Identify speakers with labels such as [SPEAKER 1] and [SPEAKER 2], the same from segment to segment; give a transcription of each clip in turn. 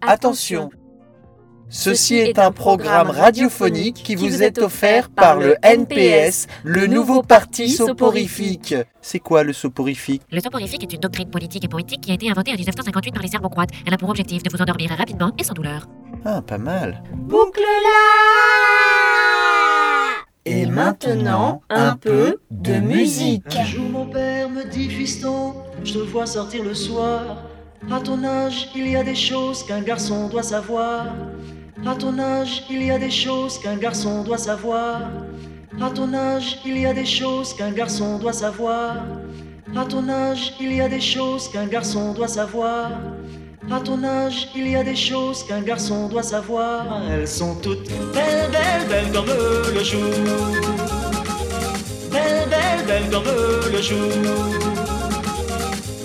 [SPEAKER 1] Attention Ceci est un programme radiophonique qui vous est offert par le NPS, le nouveau parti soporifique. C'est quoi le soporifique
[SPEAKER 2] Le soporifique est une doctrine politique et poétique qui a été inventée en 1958 par les serbes-croates. Elle a pour objectif de vous endormir rapidement et sans douleur.
[SPEAKER 1] Ah, pas mal.
[SPEAKER 3] Boucle là
[SPEAKER 1] Et maintenant, un peu de musique.
[SPEAKER 4] Un jour mon père me dit fiston, je te vois sortir le soir. À ton âge, il y a des choses qu'un garçon doit savoir. À ton âge, il y a des choses qu'un garçon doit savoir. À ton âge, il y a des choses qu'un garçon doit savoir. À ton âge, il y a des choses qu'un garçon doit savoir. À ton âge, il y a des choses qu'un garçon doit savoir. Elles sont toutes belles, belles, belles comme le jour. Belles, belles, belles comme le jour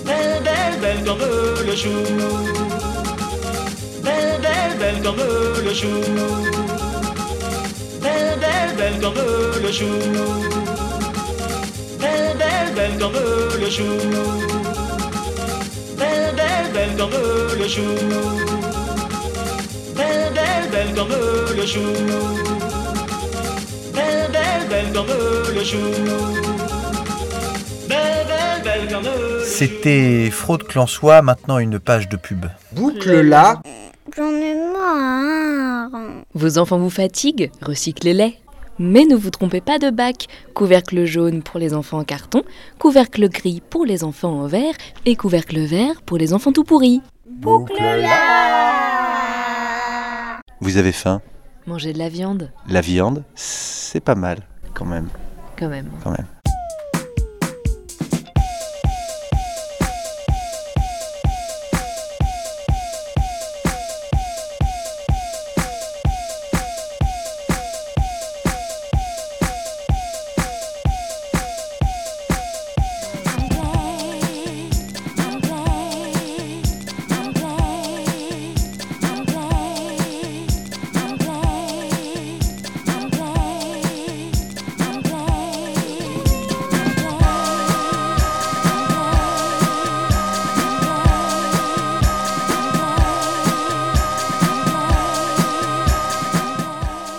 [SPEAKER 4] belle, belle, belle comme le jour. Belle, belle, belle comme le jour. Belle, belle, belle comme le jour. Belle, belle, belle comme le jour. Belle, belle, belle comme le jour. Belle, belle, belle comme le jour. Belle, belle, belle comme le jour.
[SPEAKER 1] C'était Fraude Clansois, maintenant une page de pub.
[SPEAKER 5] Boucle là
[SPEAKER 6] J'en ai marre.
[SPEAKER 7] Vos enfants vous fatiguent Recyclez-les. Mais ne vous trompez pas de bac. Couvercle jaune pour les enfants en carton, couvercle gris pour les enfants en verre et couvercle vert pour les enfants tout pourris.
[SPEAKER 3] Boucle là
[SPEAKER 1] Vous avez faim
[SPEAKER 7] Mangez de la viande,
[SPEAKER 1] La viande, c'est pas mal, quand même.
[SPEAKER 7] quand même.
[SPEAKER 1] Quand même.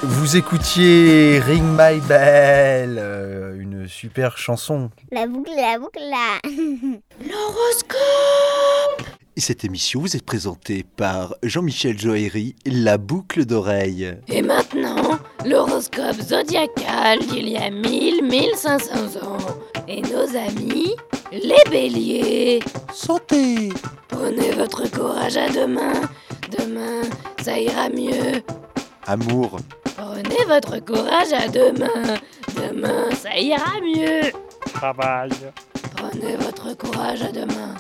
[SPEAKER 1] Vous écoutiez Ring My Bell, euh, une super chanson.
[SPEAKER 6] La boucle, la boucle, là.
[SPEAKER 8] Et cette émission vous est présentée par Jean-Michel Joaillerie, La boucle d'oreille.
[SPEAKER 9] Et maintenant, l'horoscope zodiacal d'il y a 1000-1500 ans. Et nos amis, les béliers.
[SPEAKER 8] Santé
[SPEAKER 9] Prenez votre courage à deux mains. Demain, ça ira mieux.
[SPEAKER 8] Amour
[SPEAKER 9] Prenez votre courage à deux mains. Demain, ça ira mieux.
[SPEAKER 10] Travail,
[SPEAKER 9] Prenez votre courage à deux mains.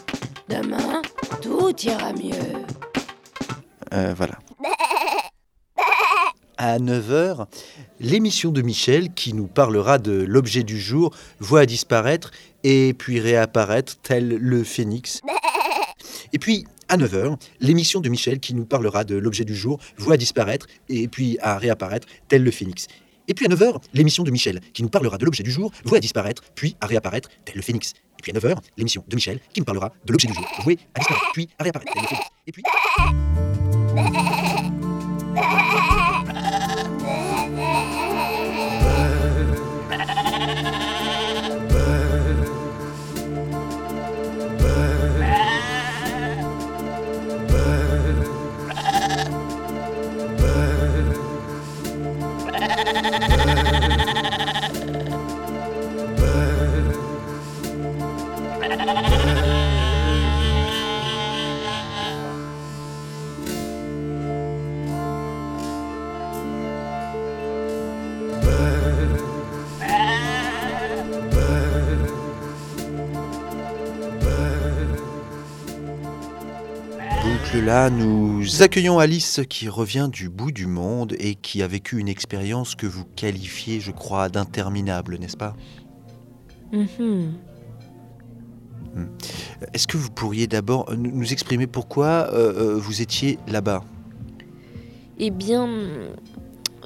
[SPEAKER 9] Demain, tout ira mieux.
[SPEAKER 8] Euh, Voilà. À 9h, l'émission de Michel qui nous parlera de l'objet du jour voit disparaître et puis réapparaître tel le phénix. Et puis, à 9h, l'émission de Michel qui nous parlera de l'objet du jour voit disparaître et puis à réapparaître tel le phénix. Et puis à 9h, l'émission de Michel qui nous parlera de l'objet du jour voit disparaître puis à réapparaître tel le phénix. Et puis à 9h, l'émission de Michel qui nous parlera de l'objet du jour voué à disparaître puis à réapparaître tel le phénix. Et puis... Boucle là, nous accueillons Alice qui revient du bout du monde et qui a vécu une expérience que vous qualifiez, je crois, d'interminable, n'est-ce pas
[SPEAKER 7] Mhm.
[SPEAKER 8] Est-ce que vous pourriez d'abord nous nous exprimer pourquoi euh, euh, vous étiez là-bas
[SPEAKER 7] Eh bien, hum,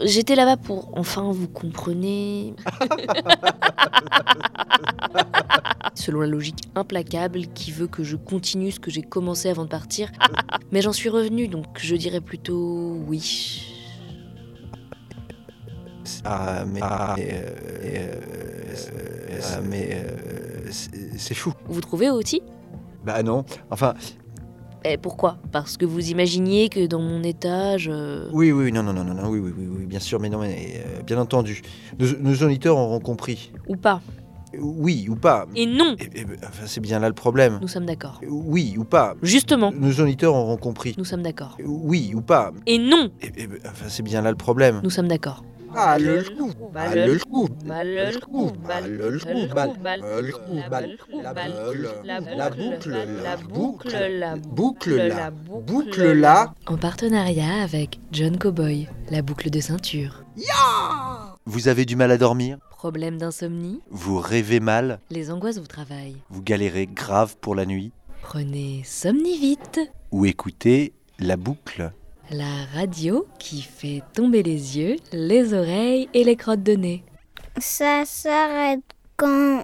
[SPEAKER 7] j'étais là-bas pour enfin vous comprenez. selon la logique implacable qui veut que je continue ce que j'ai commencé avant de partir. Mais j'en suis revenue, donc je dirais plutôt oui.
[SPEAKER 8] Ah, mais. ah, mais, euh, euh, euh, ah, mais. euh, c'est c'est fou.
[SPEAKER 7] Vous trouvez aussi
[SPEAKER 8] Bah non. Enfin,
[SPEAKER 7] Eh, pourquoi Parce que vous imaginiez que dans mon étage... euh,
[SPEAKER 8] oui, oui, non, non, non, non, non, oui, oui, oui, oui, bien sûr, mais non, mais. euh, bien entendu. Nos, nos auditeurs auront compris.
[SPEAKER 7] Ou pas.
[SPEAKER 8] Oui ou pas.
[SPEAKER 7] Et non
[SPEAKER 8] Eh- eh ben, enfin, c'est bien là le problème.
[SPEAKER 7] Nous sommes d'accord.
[SPEAKER 8] Oui ou pas.
[SPEAKER 7] Justement,
[SPEAKER 8] Nos auditeurs auront compris.
[SPEAKER 7] nous sommes d'accord.
[SPEAKER 8] Oui ou pas.
[SPEAKER 7] Et non
[SPEAKER 8] Eh- eh ben, enfin, c'est bien là le problème.
[SPEAKER 7] Nous sommes d'accord.
[SPEAKER 8] Ah,
[SPEAKER 9] le
[SPEAKER 8] coup,
[SPEAKER 9] bah,
[SPEAKER 8] ah,
[SPEAKER 9] le
[SPEAKER 8] coup,
[SPEAKER 9] bah, le coup, bah, le coup, bah, le coup, bah, le coup, bah, la boucle, la boucle, la
[SPEAKER 8] boucle,
[SPEAKER 9] la boucle, là.
[SPEAKER 7] En partenariat avec John Cowboy, la boucle de ceinture.
[SPEAKER 8] Vous avez du mal à dormir
[SPEAKER 7] Problème d'insomnie
[SPEAKER 8] Vous rêvez mal
[SPEAKER 7] Les angoisses vous travaillent.
[SPEAKER 8] Vous galérez grave pour la nuit
[SPEAKER 7] Prenez Somnivite,
[SPEAKER 8] Ou écoutez la boucle
[SPEAKER 7] la radio qui fait tomber les yeux, les oreilles et les crottes de nez.
[SPEAKER 6] Ça s'arrête quand